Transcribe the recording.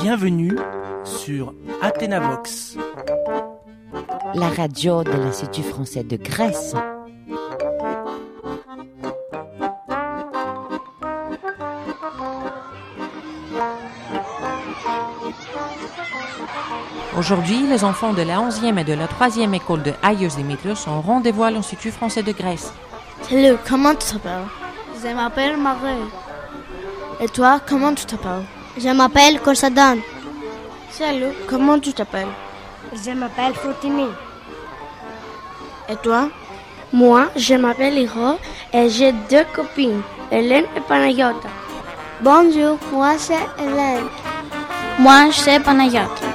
Bienvenue sur Athénavox. la radio de l'Institut français de Grèce. Aujourd'hui, les enfants de la 11e et de la 3e école de Agios Dimitrios ont rendez-vous à l'Institut français de Grèce. Salut, comment tu t'appelles Je m'appelle Marie. Et toi, comment tu t'appelles Je m'appelle Constantin. Salut, comment tu t'appelles Je m'appelle Foutini. Et toi Moi, je m'appelle Iro et j'ai deux copines, Hélène et Panayota. Bonjour, moi c'est Hélène. Moi, c'est Panayota.